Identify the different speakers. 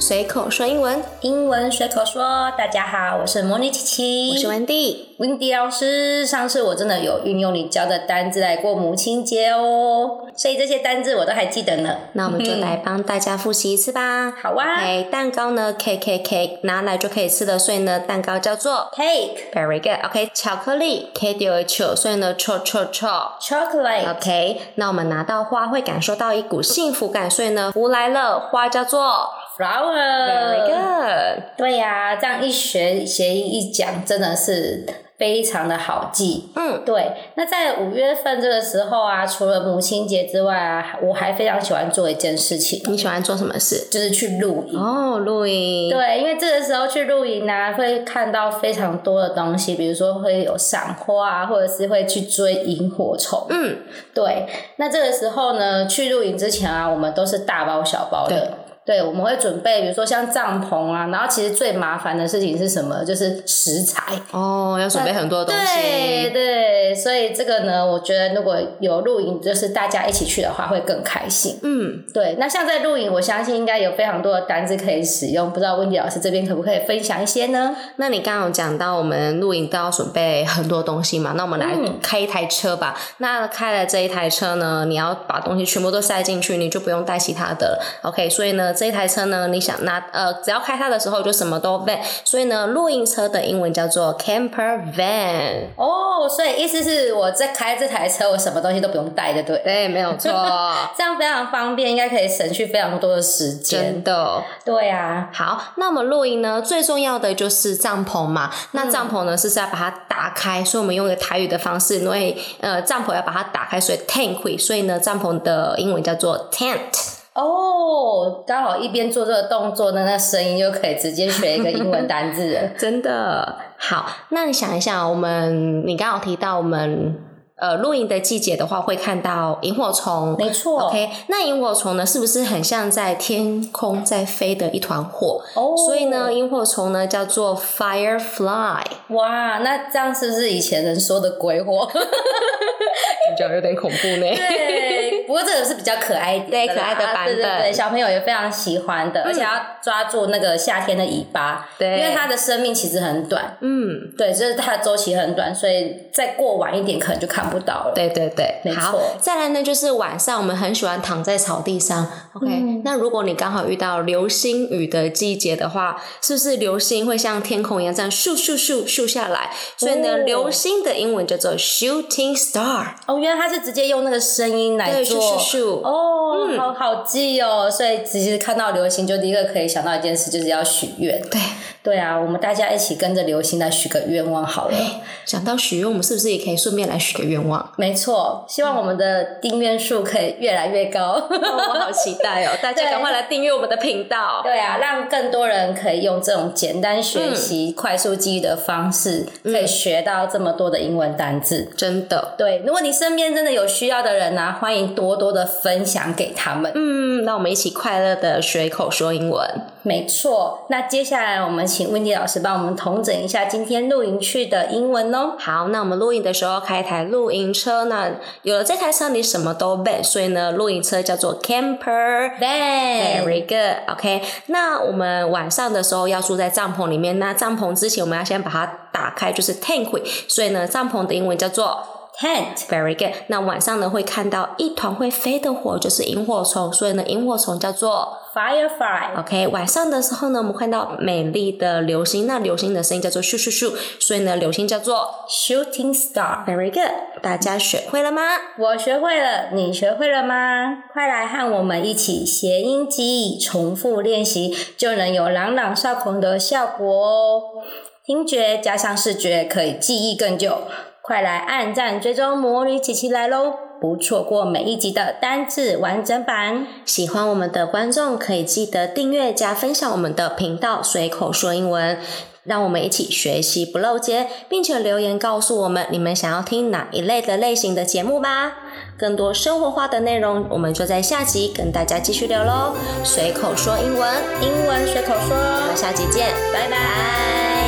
Speaker 1: 随口说英文，
Speaker 2: 英文随口说，大家好，我是魔女琪琪，
Speaker 1: 我是温蒂。
Speaker 2: Windy 老师。上次我真的有运用你教的单字来过母亲节哦，所以这些单字我都还记得呢。
Speaker 1: 那我们就来帮大家复习一次吧。
Speaker 2: 好啊
Speaker 1: OK，蛋糕呢，K K K，拿来就可以吃的，所以呢，蛋糕叫做
Speaker 2: Cake,
Speaker 1: very good。OK，巧克力 K 丢 Q，所以呢，cho cho cho。
Speaker 2: chocolate,
Speaker 1: OK，那我们拿到花会感受到一股幸福感，所以呢，福来了，花叫做 very
Speaker 2: flower。
Speaker 1: good。
Speaker 2: 对呀、这样一学协议一讲，真的是非常的好记。
Speaker 1: 嗯，
Speaker 2: 对，那在五月份这个时候啊，除了母亲节之外啊，我还非常喜欢做一件事情，
Speaker 1: 你喜欢做什么事？
Speaker 2: 就是去露营。
Speaker 1: 哦，露营。
Speaker 2: 对，因为这个时候去露营啊，会看到非常多的东西，比如说会有赏花啊，或者是会去追萤火虫。
Speaker 1: 嗯，
Speaker 2: 对，那这个时候呢，去露营之前啊，我们都是大包小包的。对，我们会准备，比如说像帐篷啊，然后其实最麻烦的事情是什么？就是食材。
Speaker 1: 哦，要准备很多东
Speaker 2: 对
Speaker 1: 西。
Speaker 2: 对，所以这个呢，我觉得如果有露营，就是大家一起去的话，会更开心。
Speaker 1: 嗯，
Speaker 2: 对，那像在露营，我相信应该有非常多的单字可以使用，不知道温迪老师这边可不可以分享一些呢？
Speaker 1: 那你刚刚有讲到我们露营都要准备很多东西嘛？那我们来
Speaker 2: 嗯
Speaker 1: 开一台车吧。那开了这一台车呢，你要把东西全部都塞进去，你就不用带其他的了。OK，所以呢，这一台车呢，你想拿呃，只要开它的时候就什么都 van。所以呢，露营车的英文叫做 camper van。
Speaker 2: 哦，所以意思是我在开这台车，我什么东西都不用带，对不对？
Speaker 1: 对，没有错，
Speaker 2: 这样非常方便，应该可以省去非常多的时间。
Speaker 1: 真的。哦
Speaker 2: 对啊，
Speaker 1: 好，那我们露营呢，最重要的就是帐篷嘛。那帐篷呢，是是要把它打开，所以我们用一个台语的方式，因为呃帐篷要把它打开，所以 tent 会，所以呢帐篷的英文叫做 tent。
Speaker 2: 哦，刚好一边做这个动作呢，那声音就可以直接学一个英文单 字了。
Speaker 1: 真的好，那你想一下，我们你刚好提到我们呃露营的季节的话，会看到萤火虫。
Speaker 2: 没错
Speaker 1: OK，那萤火虫呢，是不是很像在天空在飞的一团火？
Speaker 2: 哦，
Speaker 1: 所以呢，，萤火虫呢叫做 firefly。
Speaker 2: 哇，那这样是不是以前人说的鬼火？
Speaker 1: 感觉有点恐怖呢。
Speaker 2: 对， 不过这个是比较可爱一点
Speaker 1: 对
Speaker 2: 的啦，
Speaker 1: 可爱的版本嗯
Speaker 2: 对对对，小朋友也非常喜欢的，而且要抓住那个夏天的尾巴，
Speaker 1: 对
Speaker 2: 因为它的生命其实很短，
Speaker 1: 嗯，
Speaker 2: 对，就是它的周期很短，所以再过晚一点可能就看不到了。
Speaker 1: 对对对，
Speaker 2: 没错
Speaker 1: 好，再来呢，就是晚上我们很喜欢躺在草地上。OK，、那如果你刚好遇到流星雨的季节的话，是不是流星会像天空一样这样咻咻咻咻下来？所以呢，
Speaker 2: 哦
Speaker 1: 流星的英文叫做 shooting star。
Speaker 2: 哦，原来它是直接用那个声音来
Speaker 1: 对，咻
Speaker 2: 做。
Speaker 1: 咻咻。
Speaker 2: 哦，
Speaker 1: 嗯
Speaker 2: 好好记哦，所以其实看到流星就第一个可以想到一件事，就是要许愿。
Speaker 1: 对，
Speaker 2: 对啊，我们大家一起跟着流星来许个愿望好了。
Speaker 1: 哎想到许愿，我们是不是也可以顺便来许个愿望？
Speaker 2: 没错，希望我们的订阅数可以越来越高。
Speaker 1: 我好期待 哦！大家赶快来订阅我们的频道。
Speaker 2: 对啊，让更多人可以用这种简单学习、快速记忆的方式，可以学到这么多的英文单字。
Speaker 1: 真的，
Speaker 2: 对，如果你身边真的有需要的人啊，欢迎多多的分享给他们。
Speaker 1: 嗯，那我们一起快乐的学口说英文。
Speaker 2: 没错，那接下来我们请温迪老师帮我们统整一下今天露营去的英文哦。
Speaker 1: 好，那我们露营的时候开一台露营车，那有了这台车，你什么都 van，所以呢，露营车叫做 camper。
Speaker 2: Very，
Speaker 1: Very good. OK，那我们晚上的时候要住在帐篷里面。那帐篷之前，我们要先把它打开，就是 tent。所以呢，帐篷的英文叫做
Speaker 2: tent
Speaker 1: very good。那晚上呢，会看到一团会飞的火，就是萤火虫。所以呢，萤火虫叫做
Speaker 2: firefly。
Speaker 1: OK，晚上的时候呢，我们看到美丽的流星，那流星的声音叫做咻咻咻，所以呢，流星叫做
Speaker 2: Shooting Star，
Speaker 1: Very good，大家学会了吗？
Speaker 2: 我学会了，你学会了吗？快来和我们一起谐音记忆，重复练习，就能有朗朗上口的效果哦。听觉加上视觉，可以记忆更久。快来按赞追踪魔女琪琪来喽，不错过每一集的单字完整版。
Speaker 1: 喜欢我们的观众可以记得订阅加分享我们的频道，随口说英文，让我们一起学习不漏接，并且留言告诉我们你们想要听哪一类的类型的节目吧。更多生活化的内容，我们就在下集跟大家继续聊喽。随口说英文，
Speaker 2: 英文随口
Speaker 1: 我
Speaker 2: 说
Speaker 1: 们，下集见，
Speaker 2: 拜拜。